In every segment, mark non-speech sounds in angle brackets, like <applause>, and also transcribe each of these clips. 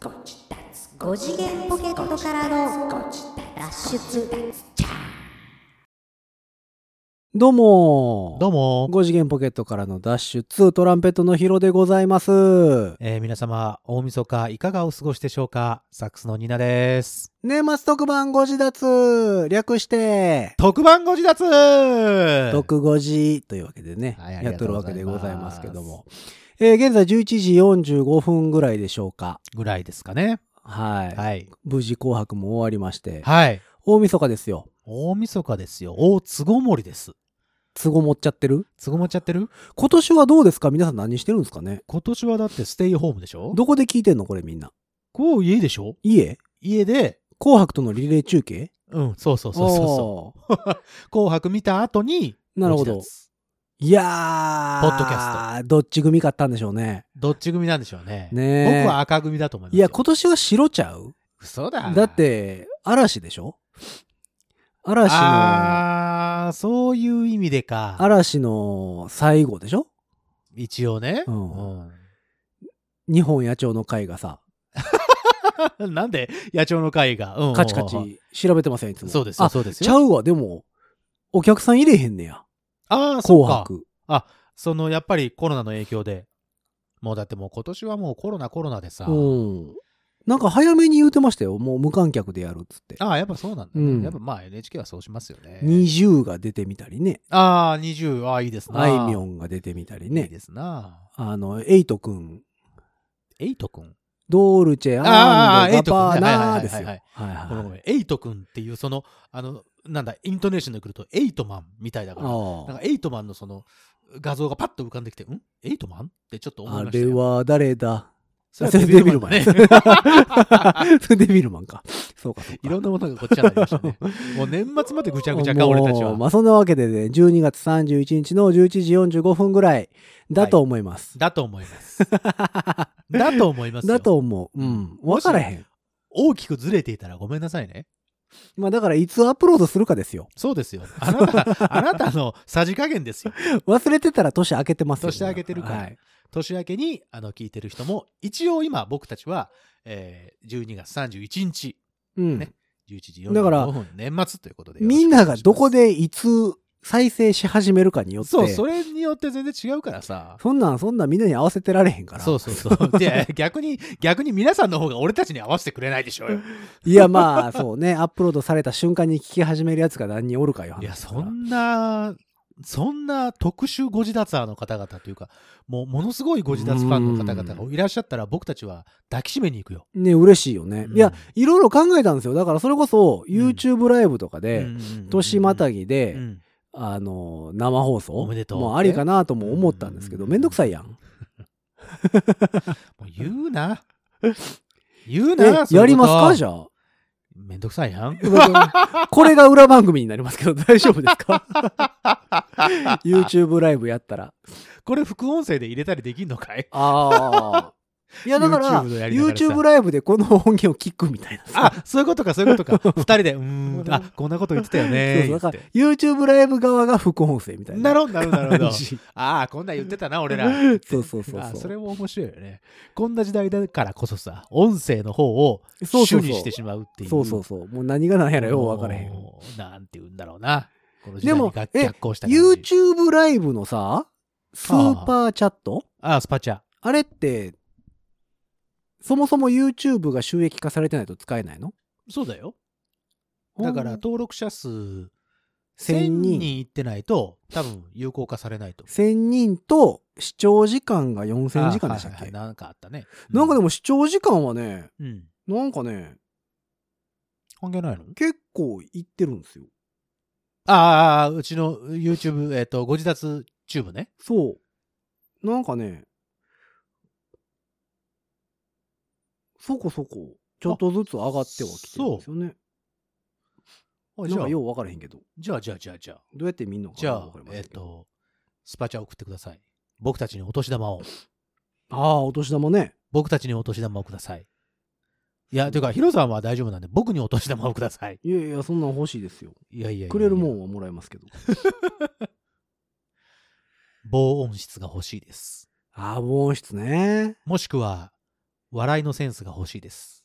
5次元ポケットからの脱出どうもどうも、 5次元ポケットからの脱出トランペットのヒロでございますえー皆様、大晦日いかがお過ごしでしょうかサックスのニナです。年末特番ご自脱略して特番ご自立特5時というわけでね、はいありやがっととるうわごけざいまでごすざいますけども、えー現在11時45分ぐらいでしょうかぐらいですかね。はい、はい。無事紅白も終わりまして、はい。大晦日ですよ大晦日ですよ。大つごもりです。都合持っちゃってるつごもっちゃってる今年はどうですか皆さん何してるんですかね今年はだってステイホームでしょどこで聞いてんのこれみんなこう家でしょ家家で、紅白とのリレー中継うん、そうそうそうそうそおーう。紅白見た後に、なるほどご自立いやー、ポッドキャスト。どっち組買ったんでしょうね。どっち組なんでしょうね。ねえ僕は赤組だと思いますいよ。や、今年は白ちゃう嘘だ。だっ、て、嵐でしょ嵐の、あー、そういう意味でか。嵐の最後でしょ一応ね。うんうん日本野鳥の会がさ、 <laughs> なんで野鳥の会が、うんカチカ。チ調べてません、いつも。そうですよ、あ、そうですちゃよ。うわ、でも、お客さん入れへんねや。ああ、そう紅か。白。その、やっぱりコロナの影響で。もうだってもう今年はもうコロナコロナでさ。うん。なんか早めに言うてましたよ。もう無観客でやるっつって。ああ、やっぱそうなんだね。うんやっぱまあ NHK はそうしますよね。 20が出てみたりね。ああ、20。ああ、いいですな。あいみょんが出てみたりいいね。ですな。あの、エイトくんエイトくん。ドールチェアあーあーンドガバナーエでイすト君よ。ねはいはいごめんごめん。エイトくんっていうその、あの、なんだ、イントネーションで来るとエイトマンみたいだから。なんあかエイトマンのその画像がパッと浮かんできて、んエイトマンってちょっとー思いあましたれよ。は誰だそれそはれデデビビルルママンンねね。 <laughs> それデビルマンか。そうかそうか。いろんなものがごっちゃになりました <laughs> ね。もう年末までぐちゃぐちゃか、俺たちもは。うまあそんなわけでね、12月31日の11時45分ぐらいだと思います。だと思います。だと思いますよ。だと思う。うん。わからへん。大きくずれていたらごめんなさいね。まあだからいつアップロードするかですよ。そうです <laughs> よ。あなた、あなたのさじ加減ですよ。忘れてたら年明けてますよ年明けてるからはい。年明けに、あの、聞いてる人も、一応今、僕たちは、えー、12月31日、うん。ね11時だから45分、年末ということで。みんながどこ、でいつ再生し始めるかによって、そう、それによって全然違うからさ。そんなん、そんなんみんなに合わせてられへんから。そうそうそう。で、逆に、逆に皆さんの方が俺たちに合わせてくれないでしょうよ。いや、まあ、そうね。アッ <laughs> プロードされた瞬間に聞き始めるやつが何人おるかよ。いや、そんな、そんな特殊ご自立派の方々というか、もうものすごいご自立ファンの方々がいらっしゃったら、僕たちは抱きしめに行くよ。ね、嬉しいよね。いや、ういろいろ考えたんですよ。だから、それこそ、YouTube ライブとかん、で、うん年またぎで、うんあの、生放送おめでとうもありかなとも思ったんですけど、うんめんどくさいやん。もう言う <laughs> な。言うえな。、やりますかじゃゃあ。めんどくさいやん。これが裏番組になりますけど、 <laughs> 大丈夫です <laughs> か ?YouTube ライブやったら。これ副音声で入れたりできんのかいああ。いや、だから、 YouTube のやりながらさ YouTube ライブでこの音源を聞くみたいなさ。あ、そういうことか、そういう <laughs> ことか。二人で、うーん、あ、こんなこと言ってたよそうね。そうだか言らって YouTube ライブ側が副音声みたいななるほど、なるほど、なる <laughs> 感ほど。じ。ああ、こんなん言ってたな、俺ら。そうそうそうあそ。そうれも面白いよね。こんな時代だからこそさ、音声の方をそう主そうそうにしてしまうっていう。そうそうそう。もう何が何やらよう分からへん。もうなんて言うんだろうな。この時で代もに逆え逆行した感じ。 YouTube ライブのさ、スーパーチャットああ、スパチャ。あれって、そもそも YouTube が収益化されてないと使えないのそうだよ。だから1000登録者数1000人。人いってないと、多分有効化されないと。 1000人と視聴時間が4000時間でしたっあはいはいけなんかあったね。なんかでも、も視聴時間はね、うん。なんかね、関係ないの結構いってるんですよ。ああ、うちの YouTube、えっ、と、ご自立チューブね。そう。なんかね、そこそこ、ちょっとずつ上がってはきてるんですよね。あなじんゃあか、よう分からへんけど、じゃあ、じゃあ、じゃあ、じゃあ。どうやって見んのかじなゃわあかり、ませえんっ、けどと、スパチャ送ってください。僕たちにお年玉を。ああ、お年玉ね。僕たちにお年玉をください。いや、てか、ヒロさんは大丈夫なんで、僕にお年玉をください。いやいや、そんなん欲しいですよ。いやいやいやいやくれるもんはもらえますけど。防音室が欲しいです。あー防音室ね。もしくは、笑いのセンスが欲しいです。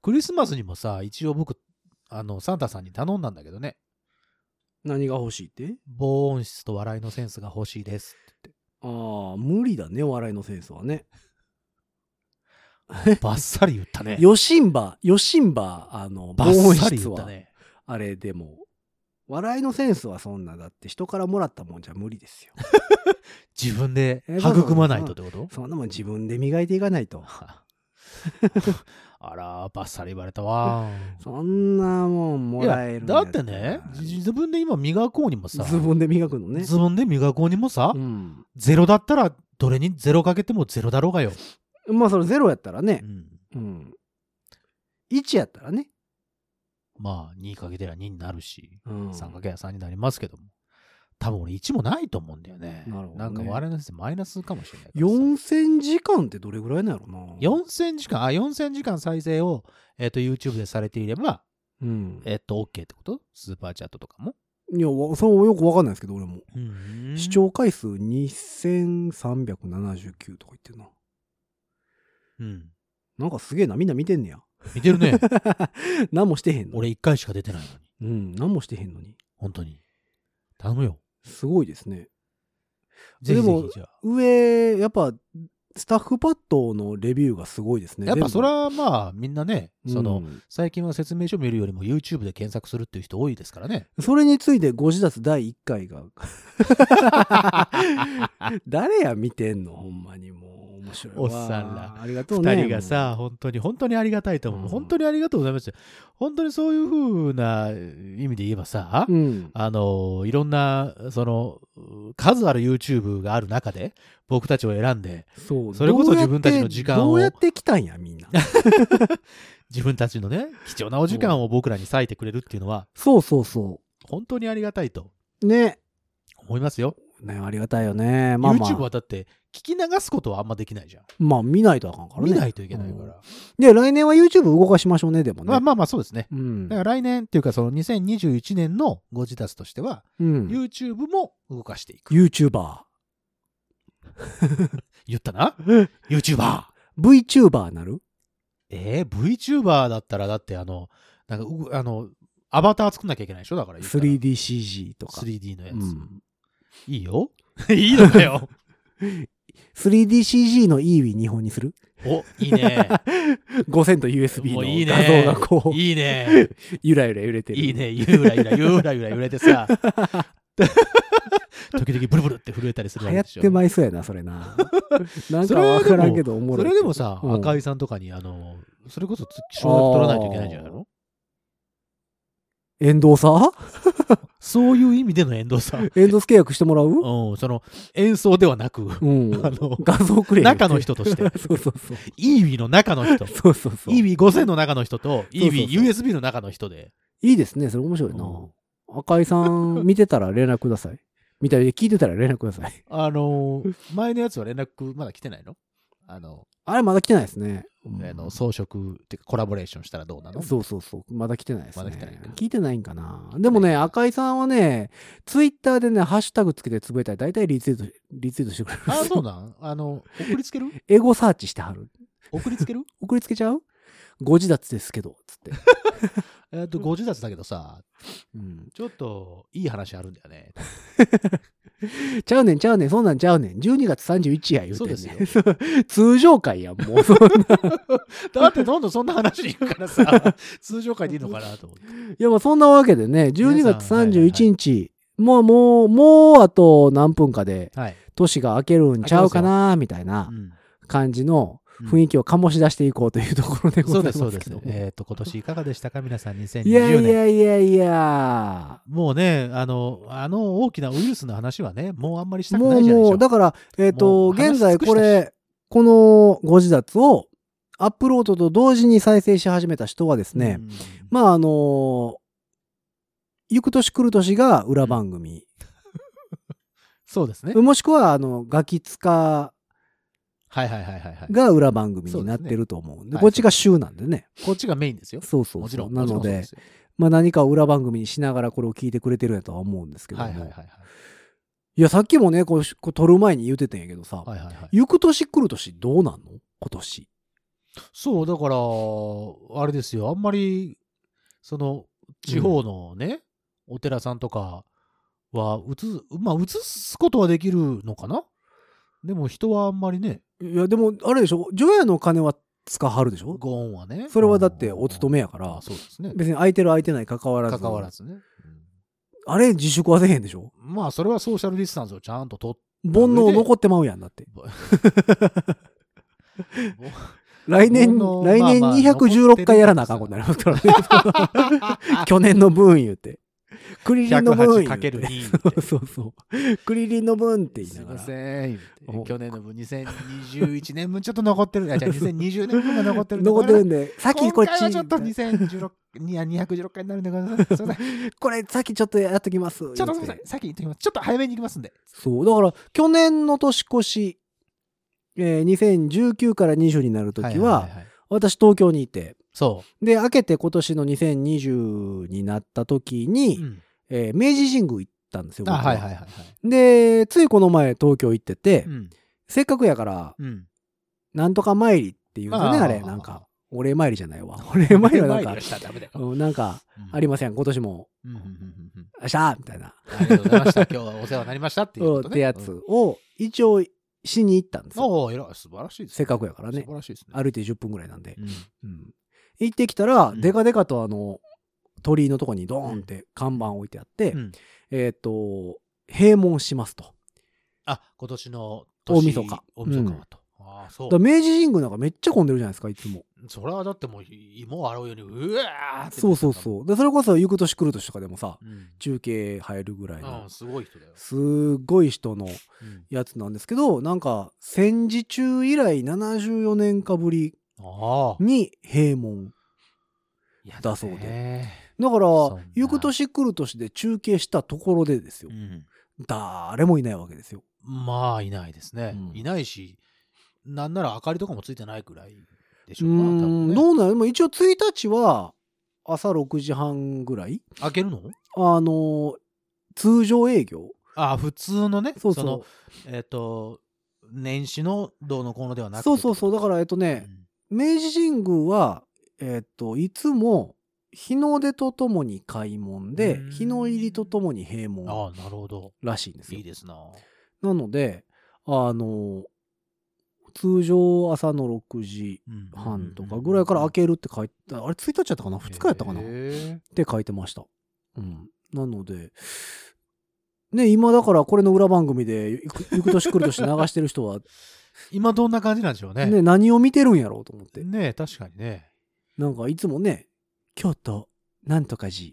クリスマスにもさ、一応僕、あの、サンタさんに頼んだんだけどね、何が欲しいって防音室と笑いのセンスが欲しいですってああ、無理だね、笑いのセンスはね。言って、バッサリ言ったね。ヨシンバ、ヨシンバ、あの、防バッ音サリ室言ったは、ね。あれでも、笑いのセンスはそんな、だって人からもらったもんじゃ無理ですよ。自分で育まないとってことそんなもん自分で磨いていかないと。あら、バッサリ言われたわ。そんなもんもいらやえるんだやったてらね、じ自分で今磨こうにもさ、ズボンで磨くのね。ズボンで磨こうにもさ、うん。ゼロだったら、どれにゼロかけてもゼロだろうがよ。まあ、それゼロやったらうね。ん、うん。1やったらね。まあ、2かけてら2になるし、うん。 3かけりゃ3になりますけども。多分俺1もないと思うんだよね。なるほどねんか我々の先生マイナスかもしれないからさ。 4000時間ってどれぐらいなんやろな。 4000時間、あ、4000時間再生を、えっ、と、YouTube でされていれば、うん。えっ、と、OK ってことスーパーチャットとかも。いや、わそれはよくわかんないですけど、俺も。うん視聴回数2379とか言ってんな。うん。なんかすげえな、みんな見てんねや。見てるね。 <laughs> 何もしてへんの。俺1回しか出てないのに。うん、何もしてへんのに。本当に。頼むよ。すごいですね。ぜひぜでもひじゃあ。上、やっぱ、スタッフパッドのレビューがすごいですね。やっぱ全部それ、はまあみんなね、その、うん最近は説明書見るよりも YouTube で検索するっていう人多いですからね。それについてご自立第1回 <laughs> が。誰や見てんのほんまにもう。面白いわ。おっさんらありがとうね。二人がさ、本当に、本当にありがたいと思う。うん本当にありがとうございます。本当にそういうふうな意味で言えばさ、もう、うん。あの、いろんな、その、数ある YouTube がある中で、僕たちを選んで、そう。それこそどうや自って分たちの時間をどうやって来たんや、みんな。自分たちのね、貴重なお時間を僕らに割いてくれるっていうのは、そうそうそ本当にありがたいとう。ね。思いますよ。ね、ありがたいよね。まあまあ、 YouTube はだって、聞き流すことはあんまできないじゃん。まあ見ないとあかんからね。見ないといけないかうんら。で、来年は YouTube 動かしましょうね、でもね。まあまあまあ、そうですね。うんだ。から来年っていうか、その2021年のご自達としては、うん。 YouTube も動かしていく。 YouTuber。言ったな ?YouTuber! VTuber なるえー、VTuber だったら、だってあの、なんかう、あの、アバター作んなきゃいけないでしょだから言ったら ?3DCG とか。 3D のやつ。うんいいよ <laughs> いいのかよ 3DCG の EV 日本にす <laughs> るお、いいね。 5000と USB もういいのね画像がこう、いいね。ゆらゆら揺れてる。いいね。ゆらゆら、ゆらゆら揺れ <laughs> てさ。時々ブルブルって震えたりする流行わっけでしょてまいそうやな、それ <laughs> な。なんかわからんけど、おもそろい。れでもさ、うん赤井さんとかに、あの、それこそつ承諾取らないといけないんじゃないのエンドサーそういう意味での遠藤さ <laughs> ん。エンドス契約してもらううん、その、演奏ではなく、うん。あの画像くれ。中の。人として、 <laughs> そうそうそう。イービーの中の人、そうそうそう。イービー5000の中の人と、イービそうー USB の中の人で、いいですね。それ面白いな。赤井さん、見てたら連絡くだ <laughs> さい。みたいで、聞いてたら連絡ください。 <laughs> あの、前のやつは連絡まだ来てないのあの、あれ、まだ来てないですね。うんあの装飾っていうかコラボレーションしたらどうなのそうそうそう。まだ来てないですね。まだ来てないか聞いてないんかな。でもね、赤井さんはね、ツイッターでね、ハッシュタグつけてつぶやいたら、大体リツイート、リツイートしてくれるんであすよ。そうなんあの、送りつけるエゴサーチしてはる。送り <laughs> つける送りつけちゃうご自立ですけど、つ <laughs> って。えっと、ご自立だけどさ、うん。ちょっと、いい話あるんだよね。ちゃうねん、ちゃうねん、そんなんちゃうねん。12月31や言うてんねん。そう <laughs> 通常会やん、もう。そんなだってどんどんそんな話に行くか <laughs> らさ、通常会でいいのかなと思って。いや、まあそんなわけでね、12月皆さんはいはいはい31日、もう、もう、もうあと何分かで、はい。年が明けるんちゃうかな、みたいなうん感じの雰囲気を醸し出していこうというところでそござうでいす、そまうすけですども。。えっ、と、今年いかがでしたか皆さん、2020年。いやいやいやいや。もうね、あの、あの大きなウイルスの話はね、もうあんまりしたくもなういじゃないでもしょう、だから、えっ、と、もう話現し尽在くしたしこれ、このご自立をアップロードと同時に再生し始めた人はですね、うんまああのー行く年来る年が裏番組、そうですね。もしくはあのガキツカはいはいはいはい、はい。が裏番組になってると思うんでそうですねこっちが週なんでね、こっちがメインですよ。そうそうもちそろ。うんなのもちろんそうですよまあ何かを裏番組にしながらこれを聞いてくれてるやとは思うんですけども、はいはいはいはい。いや、さっきもね、こうし、こう撮る前に言うてたんやけどさ、はいはいはい。行く年来る年どうなんの今年。そう、だから、あれですよ、あんまり、その、地方のね、お寺さんとかは、移す、まあ、移すことはできるのかなでも人はあんまりね、いや、でも、あれでしょ除夜の金は使はるでしょご恩はね。それはだってお勤めめやから、そうですね。別に空いてる空いてない関わらず。関わらずね。うんあれ自粛はせへんでしょまあ、それはソーシャルディスタンスをちゃん <laughs> ととっ煩悩残ってまうやんだって。 <laughs> て。来年、煩悩来年まあまあ残って216る回やらなあかんことになるから <laughs> ね。去年の分言うて。クリリンの分言うて。<laughs> 108×2。そうそう。クリリンの分って言いすいながまら。せん。言うおて去年の分、2021年分ちょっと残ってる。<laughs> あじゃあ2020年分が残ってるんで。残ってるんで、さっきこっ今回はちょっとち、 2016、いや216回になるんでごめん <laughs> なさい。すいません。これさっきちょっとやっときます。ちょっとす言ういませてん。先に言ってきます。ちょっと早めに行きますんで。そう。だから、去年の年越し、えー2019から20になるときは、いいい、私東京にいて、そで、明けて今年の2020になった時う。に、うんえー明治神宮行ったんですよ。あ、僕ははいはいはいはで、ついこの前東京行ってて、い。うん。せっかくやから、うん。なんとか参りっていうんですよね、まああれ。まあなんか、お礼参りじゃないわ。お礼参りは <laughs> なんか前に、したらダメだよ。うんなんか、ありません。今年も、うんうんうんうんうんあしゃーみたいな、ありがとうございました。今日はお世話になりましたっていううんこっとね。てやつを、一応、しに行ったんですよ。おお、偉い。素晴らしいですね。せっかくやからね素晴らしいですね。歩いて10分ぐらいなんで。うんうん行ってきたら、うんデカデカとあの、鳥居のとこにドーンって看板置いてあって、うんえっ、と、閉門しますと。あ、今年の大晦日大晦日はと。ああ、そだからう。明治神宮なんかめっちゃ混んでるじゃないですか、いつも。それはだってもう芋を洗うように、うわーって。そうそうそう。で、それこそ、行く年来る年とかでもさ、うん。中継入るぐらいうん。の、すごい人だよ。すごい人のうんやつなんですけど、なんか、戦時中以来74年かぶりああ。に閉門。やだそうでねだから、そんな行く年来る年で中継したところでですよう。ん。誰もいないわけですよ。まあ、いないですねう。んいないし、なんなら明かりとかもついてないくらいでしうょうか、多ーん分ね。どうなのでも一応1日は朝6時半ぐらい開けるのあの通常営業ああ、普通のね、そうそのそえっ、と、年始のどうのこうのではなうくて。そうそうそうだかからえっとね、明治神宮はえっといつも日の出とともに開門でうん日の入りとともに閉門ああ、なるほど。らしいんですよいいですな。なのであの通常朝の6時うん半とかぐらいから開けるって書いてあれ1日やったかな2日やったかなへえって書いてました。うん。なので、ね、今だからこれの裏番組で、ゆくゆく年来る年流してる人 <laughs> は、今どんな感じなんでしょうね。ね、何を見てるんやろうと思って。ねえ確かにね。なんかいつもね、京都、なんとか寺、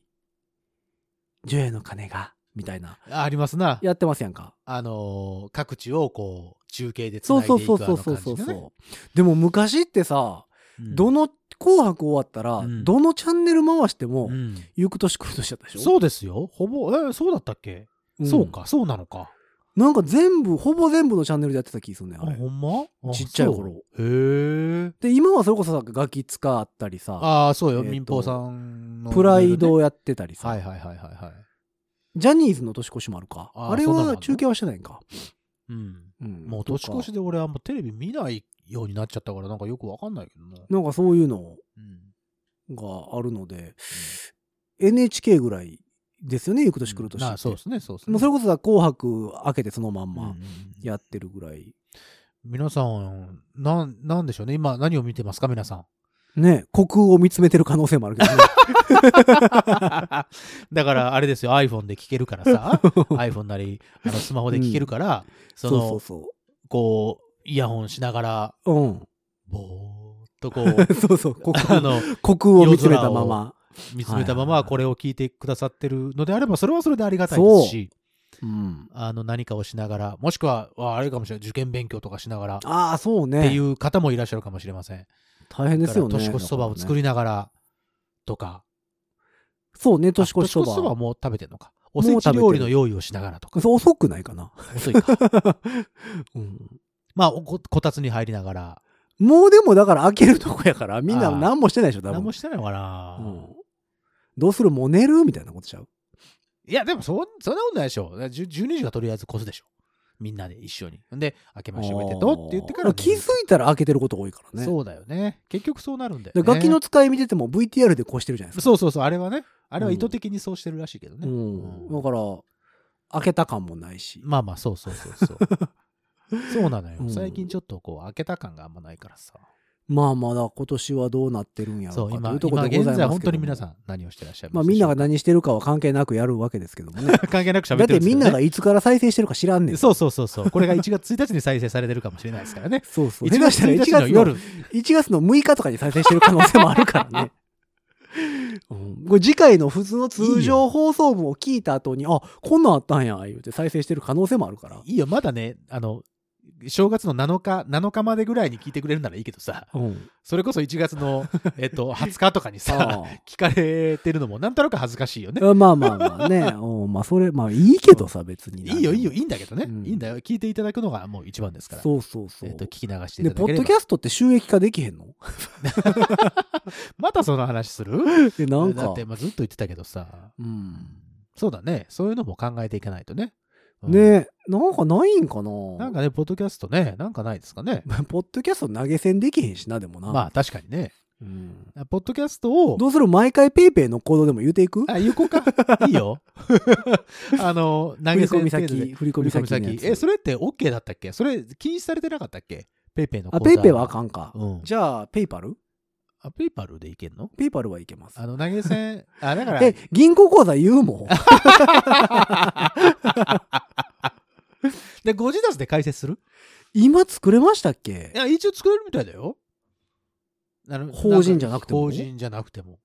除夜の鐘が、みたいな、あありますな。やってますやんか。あのー各地をこう、中継でつそうないでそういくそあうそのうそうそ感じうそのう、ね。でも昔ってさ、うんどの紅白終わったら、うんどのチャンネル回しても、うんゆく年来る年だったでしょそうですよ。ほぼ、えーそうだったっけ、んそうか、そうなのか。なんか全部、ほぼ全部のチャンネルでやってた気するねんあ、あれほんまあちっちゃいそう頃。へえ。で今はそれこそさガキ使ったりさああ、そうよ、えーと民放さんの、プライドを。やってたりさ、はいはいはいはいはい。ジャニーズの年越しもあるかああーれそんなのあんはの中継はしてないんか、うん。うんもう年越しとかで俺はもうテレビ見ないようになっちゃったからなんかよくわかんないけどな。なんかそういうのうん。があるので、NHK ぐらいですよねゆく年来る年って、なそうですね、そうですね。もうそれこそさ「紅白」開けてそのまんうんうんうまんやってるぐらい、皆さん、なん、なんでしょうね。今何を見てますか、皆さん。 <laughs> ね虚空を見つめてる可能性もあるけどねだから、あれですよ、iPhone で聴けるから <laughs> さ、iPhone なり、あのスマホで聴けるから、 <laughs> その、そうそうこう、イヤホンしながら、そう <laughs> うん、ぼーっとこ <laughs> うそうそう虚あ空の、虚空を見つめたまま、見つめたまはいはいまはいこれを聞いてくださってるのであれば、それはそれでありがたいですし、うん、あの、何かをしながら、もしくは、ああれかもしれない、受験勉強とかしながら、っああそうねていう方もいらっしゃるかもしれません。大変ですよねだから年越しそばを作りながら、とか、そうね、年越しそあ年越しそばはば。もう食べてんのか。おせち料理の用意をしながらとか。そう遅くないか <laughs> な。遅いか。うんまあ、おここたつに入りながら。もうでもだから開けるとこやから、みんなあー何もしてないでしょ、多何分も。してないのかな、うんどうするもう寝るみたいなことちゃういや、でもそん、そんなことないでしょ。だからじゅ12時がとりあえず越すでしょ。みんなで一緒に。んで、明けましておめでとうって言ってから、あー気づいたら開けてること多いからね。そうだよね。結局そうなるんだよ、でね。楽器の使い見てても VTR でこうしてるじゃないですか。そうそうそう、あれはね。あれは意図的にそうしてるらしいけどね。うん、うんだから開けた感もないし、まあまあ、そうそうそう <laughs> そう。そうなのよう。ん最近ちょっとこう、開けた感があんまないからさ。まあまだ今年はどうなってるんやそろうかう、と今、いうとこ今ろでご現ざいますけど在本当に皆さん、ん何をしてらっしゃいままあ、すみんなが何してるかは関係なくやるわけですけどもね関係なく喋だっってるんですけど、ね。てみんながいつから再生してるか知らんねん。<laughs> そうそうそうそう。これが1月1日に再生されてるかもしれないですからねそうそう1下手月したら1月1日のの夜。 1月の6日とかに再生してる可能性もあるから <laughs> ね、うんこれ次回の普通の通常放送分を聞いた後にあこんなんあったんや言うて再生してる可能性もあるから、いいよ、まだね、あの、正月の7日、7日までぐらいに聞いてくれるならいいけ <laughs> どさ、うん、それこそ1月の、え <laughs> っと、20日とかにあさ、聞かれてるのも、なんとなく恥ずかしいよね。あまあまあま <laughs> あね、うん、まあそれまあいいけどさ別にいいよ、いいよ、いいんだけどね。うんいいんだよ。聞いていただくのがもう一番ですから。そうそうそう。えっと、聞き流していで、ただポけッれドばキ。ャストって収益化できへんの <laughs> またその話するで、なんだかっ、て、まあ、ずっと言ってたけどさ、うん。そうだね。そういうのも考えていかないとね。うんねなんかないんかななんかね、ポッドキャストね、なんかないですかね。ポッドキャスト投げ銭できへんしな、でもな。まあ、確かにね。うんポッドキャストを、どうする毎回ペイペイの行動でも言うていくあ、行 <laughs> こうか。いいよ。 <laughs> あの、投振げり銭込み程先、度で振り込振みり込み先のや先。つ。え、それって OK だったっけそれ禁止されてなかったっけペイペイのあ、ペイペイはあん。かんか。うん。じゃあ、ペイパルあ、ペイパルでいけんのペイパルはいけますあ。の、投げ銭、あ、だから、え、銀行口座言うもん。 <laughs> で、ご自宅で解説する今作れましたっけいや、一応作れるみたいだよ。あの法人じゃなくても法人じゃなくても。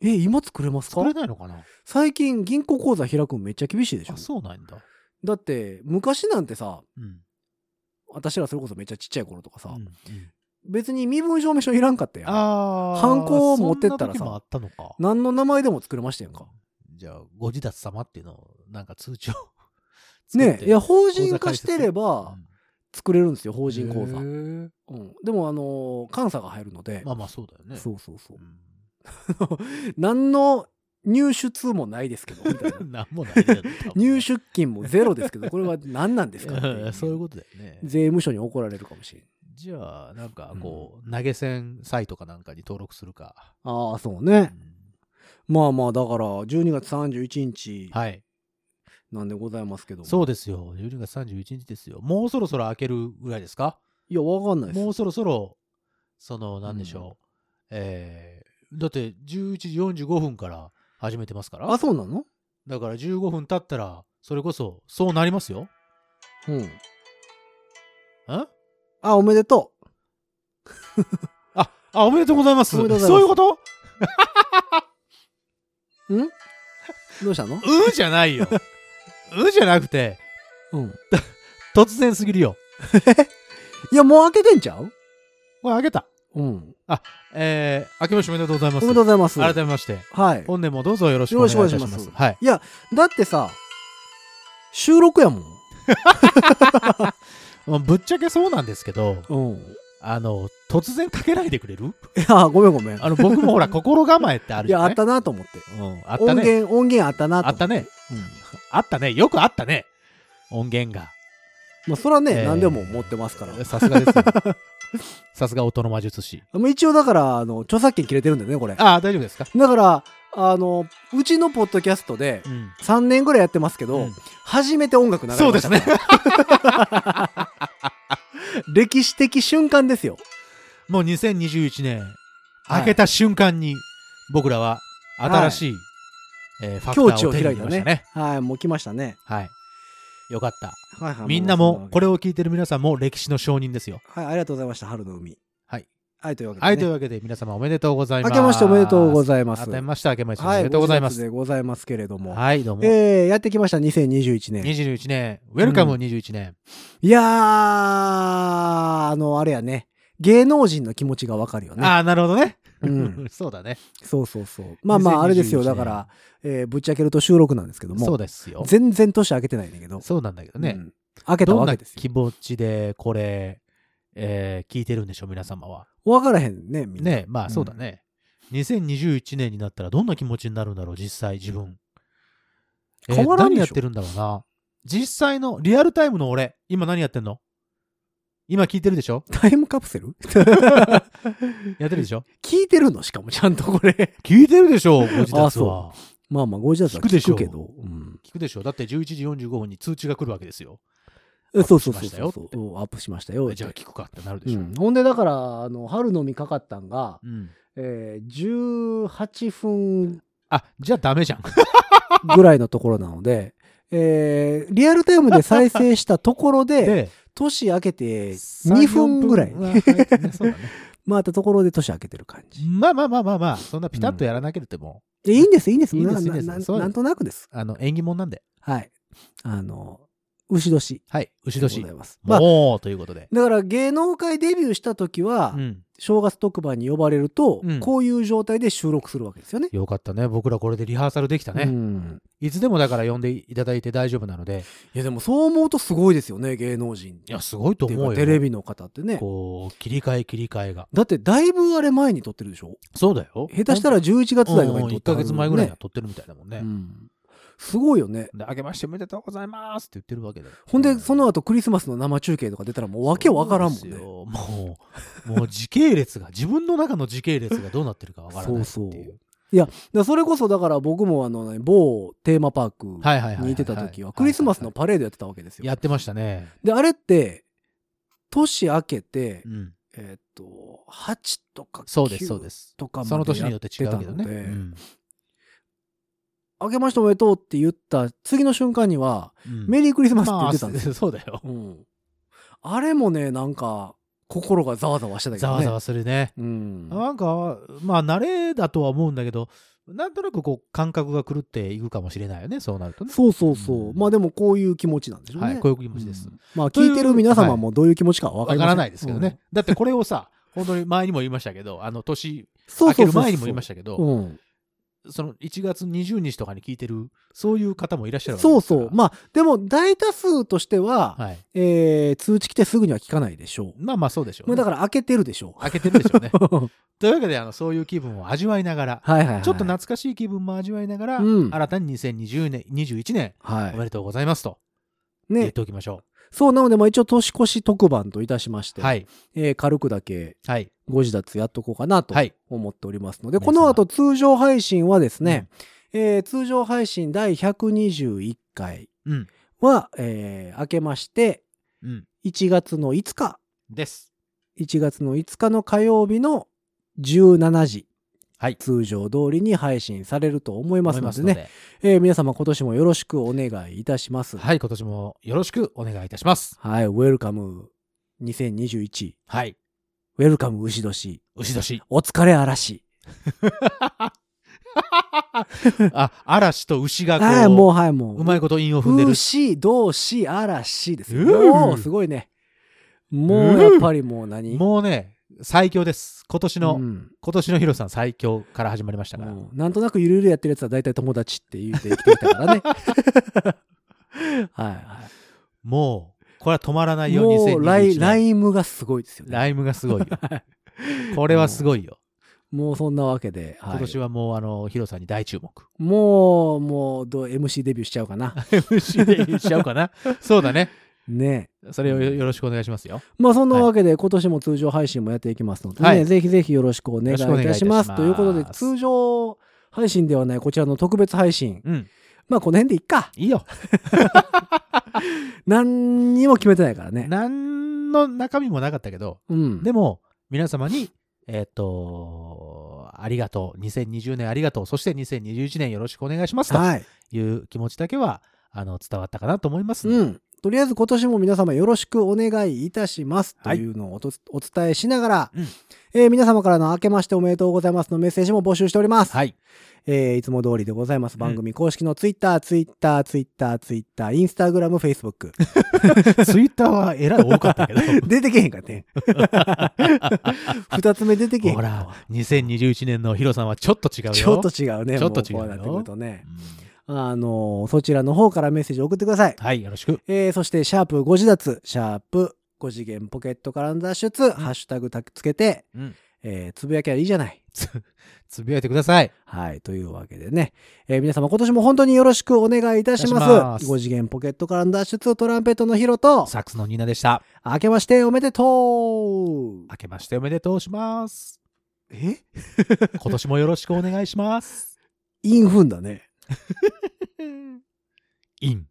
え、今作れますか作れないのかな最近銀行口座開くんめっちゃ厳しいでしょあ、。そうなんだ。だって、昔なんてさ、うん。私らそれこそめっちゃちっちゃい頃とかさ、うん別に身分証明書いらんかったやん。ああ。ハンコを持ってったらさそんな時もあったのか。何の名前でも作れましたやんか。じゃあ、ご自宅様っていうのを、なんか通帳 <laughs> 作っねて。え、いや、法人化してれうん、ば作れるんですよ、法法人口座。うん、でも、あのー監査が入るので、まあまあ、そうだよね。そうそうそうう。ん。何の入出もないですけど、みたい <laughs> ななん <laughs> もないけど入出金もゼロですけど、これは何なんですかっていうんうそういうことだよね。税務署に怒られるかもしれん。じゃあ、なんかこう、投げ銭サイトかなんかに登録するか。ああ、そううね。んまあまあ、だから、12月31日はい。なんでございますけども。そうですよ。12月31日ですよ。もうそろそろ開けるぐらいですかいや、わかんないです。もうそろそろ、その、なんでしょう。えーだって11時45分から始めてますからあ、。そうなのだから15分経ったら、それこそ、そうなりますよ。うん。んあ、あ、おめでとう。あ、おめでとうございます。おめでとうございますそういうことどうしたのうーじゃないよ。うーじゃなくて、うん。突然すぎるよ。いや、もう開けてんちゃうこれ、開けた。うん。えー、明けましておめでとうございまおめす。でとうございます。改めまして、はい。本年もどうぞよろしくお願いいたしよろましくお願いす。しまはい。だってさ、収録やもん。まあぶっちゃけそうなんですけど、うん。あの、突然かけないでくれるいや、ごめんごめん。あの、僕もほら、心構えってあるいじゃや、なあいったなと思って。うん、あった音ね。源、音源あったなとあ思ったね。うんあったね。よくあったね。音源が。まあ、それはえね、ー何でも持ってますから。さすがですよ。さすが音の魔術師。もう一応、だから、あの、著作権切れてるんだよね、これ。だああ、大丈夫ですかから、あの、うちのポッドキャストで、うん。 3年ぐらいやってますけど、うん初めて音楽流れましたそうですね。 <laughs> <laughs> 歴史的瞬間ですよ。もう2021年、はい開けた瞬間に、僕らは新しい、えーファクター境地をを手に開入いたれましたねね。。はい、もう来ましたね。はい。よかった。はいはい。みんなうそも、わけこれを聞いてる皆さんも歴史の証人ですよ。はい、ありがとうございました、春の海。はい。はい、というわけで、ね。はい、というわけで皆様おめでとうございます。明けましておめでとうございいます。明けまして、明けましておはめい、でとうございまご自宅す。でございますけれども。はい、どうも。えー、やってきました、2021年。 21年、ウェルカムう21年。いやー、あの、あれやね。芸能人の気持ちがわかるよね。ああ、なるほどね。うん <laughs> そうだね。そうそうそう。まあまあ、あれですよ。 2021だから、えーぶっちゃけると収録なんですけどそうも、ですよ。全然年明けてないんだけど、そうなんだけどうね。ん明けたどんわけなです気持ちでこれ、えー聞いてるんでしょう、皆様は。よ。わからへんね、みんな。ねまあそうだね。2021年になったらどんな気持ちになるんだろう、実際自分。えー変わらんでしょ何やってるんだろうな。実際のリアルタイムの俺、今何やってんの今聞いてるでしょタイムカプセルやってるで <laughs> しょ聞いてるのしかもちゃんとこれ。 <laughs> 聞いてるでしょご自あ宅そは。まあまあ、ご自宅は聞くでし聞ょくけど。うん聞くでしょだって11時45分に通知が来るわけですよ。えそうそうアッそうプしましたよそうそう。アップしましたよ。じゃあ聞くかってなるでうしょ。ん、ほんでだからあの春のみかかったんが、うんえー、18分あ、じゃあダメじゃん。 <laughs> ぐらいのところなので、えーリアルタイムで再生したところで <laughs> で、年明けて2分ぐらい3 4分はねそうだね回ったところで年明けてる感じまあまあまあまあまあ、そんなピタッとやらなければも、でいいんですいいんですいいんですないいんですなそうですなんとなくですあの、縁起物なんで。はいあの牛年はい、牛で年ござい。ますまあもう、ということで。だから芸能界デビューした時は、うん。正月特番に呼ばれると、うんこういう状態で収録するわけですよね。よかったね。僕らこれでリハーサルできたね。うんいつでもだから呼んでいただいて大丈夫なので。いやでもそう思うとすごいですよね芸能人っいていや、すごいとう思うかよ。テレビの方ってねこう、切り替え切り替えが。だってだいぶあれ前に撮ってるでしょそうだよ。下手したら11月台とかに撮って1ヶ月前ぐらいにだは撮ってるみたいだもんね。すごいよねで、あけましておめでとうございますって言ってるわけで。ほんでその後クリスマスの生中継とか出たらもう訳わからんもんそうねですよもう、もう時系列が、自分の中の時系列がどうなってるかわからないってそうそういう。でそれこそだから僕もあの某テーマパークはいはいはいはい。にいてた時はクリスマスのパレードやってたわけですやよってましたね。であれって年明けてうん。えっと8とかそうです、そうで9す。とかそまので年にやよっってて違たうけどのね。でうん明けましておめでとうって言った次の瞬間には、うんメリークリスマスって言ってたんですよ。ま <laughs> あそうだよ。うん、あれもね、なんか、心がざわざわしてたけどざね。わざわするね。うん。なんか、まあ、慣れだとは思うんだけど、なんとなくこう、感覚が狂っていくかもしれないよね、そうなるとね。そうそうそう。うんまあでも、こういう気持ちなんでしょうね。はい、こういう気持ちですうん。まあ、という聞いてる皆様もどういう気持ちかはわ分かかりませんらないですけどね。。だってこれをさ、本当に前にも言いましたけど、あの、年うんそう明そけうそうる前にも言いましたけど、うん、その1月20日とかに聞いてる、そういう方もいらっしゃるわけそうですかそらう。まあ、でも大多数としては、はい。えー通知来てすぐには聞かないでしょう。まあまあそうでしょう、まあ、だね。から開けてるで <laughs> しょ開けてるでしょうねう。。はいというわけで、あの、そういう気分を味わいながら、はいはい。ちょっと懐かしい気分も味わいながら、うん新たに2020年、21年、おはめでとうございますとい。言っね。ておきましょそう、なので、まあ一応年越し特番といたしましう。て、はい。えー軽くだけはい。ご自立やっとこうかなとはい思っておりますので、皆こ様の後通常配信はですね、えー通常配信第121回うん。は、えー明けましてうん。 1月の5日、です。 1月の5日の火曜日の17時、はい通常通りに配信されると思いますのでね、思いまえー皆様今年もよろしくお願いいたします。のではい。今年もよろしくお願いいたします。はい、ウェルカム2021、はい。ウェルカム牛年、。牛年 <laughs> お疲れ嵐。あ、嵐と牛がこう、はい、もうはい、もう。うまいこと韻を踏んでる。牛、同志、嵐ですよ。うんもうすごいね。もうやっぱりもう何もうね、最強です。今年の、うん今年のヒロさん最強から始まりましたから。もうなんとなくゆるゆるやってるやつは大体友達って言うて生きてきたから <laughs> ね。はいはもう、これは止まらないい。よ、もうラ2021イ年。ライムがすごいですよね。ライムがすごいよ。これはすごいよ。もうそんなわけで、はい今年はもう、あの、ヒロさんに大注目。 <laughs> もう、もうどう MC デビューしちゃおうかな。 MC で言っちゃおうかな。 <laughs> そうだね。ね。それをよよろしくお願いしますよ。まあそんなわけで今年も通常配信もやっていきますのでね、はいぜひぜひよろしくお願いいよろしくお願いいたたししま。ますすということで通常配信ではないこちらの特別配信。うん。まあこの辺でいっか。いいよ。何にも決めてないからね。何の中身もなかったけど、うん。でも、皆様に、えーっと、ありがとう。2020年ありがとう。そして2021年よろしくお願いします。とはい。いう気持ちだけは、あの、伝わったかなと思います。うん。とりあえず今年も皆様よろしくお願いいたしますとはいいうのをおとお伝えしながら、うんえー皆様からの明けましておめでとうございますのメッセージも募集しております。はい。 <laughs> えーいつも通りでございます。ん番組公式の Twitter、Twitter、Twitter、Twitter、Instagram、Facebook。 <laughs> ツイッターはえらい多かったけど。出てけへんか <laughs> ね。二つ目出てけへんほか。ら、2021年のヒロさんはちょっと違うよ。ちょっと違うね。ちょっと違うよもこなってくるとねう。んあのーそちらの方からメッセージ送ってください。はい、よろしく。えーそして、シャープ5次脱、シャープ5次元ポケットからの脱出、ハッシュタグたつけて、うんえーつぶやきゃいいじゃない。つぶやいてください。はい。というわけでね。えー皆様今年も本当によろしくお願いいたします。お願いします5次元ポケットからの脱出トランペットのヒロと、サックスのニーナでした。明けましておめでとう明けましておめでとうします。え今年もよろしくお願いします。インフンだね。イン。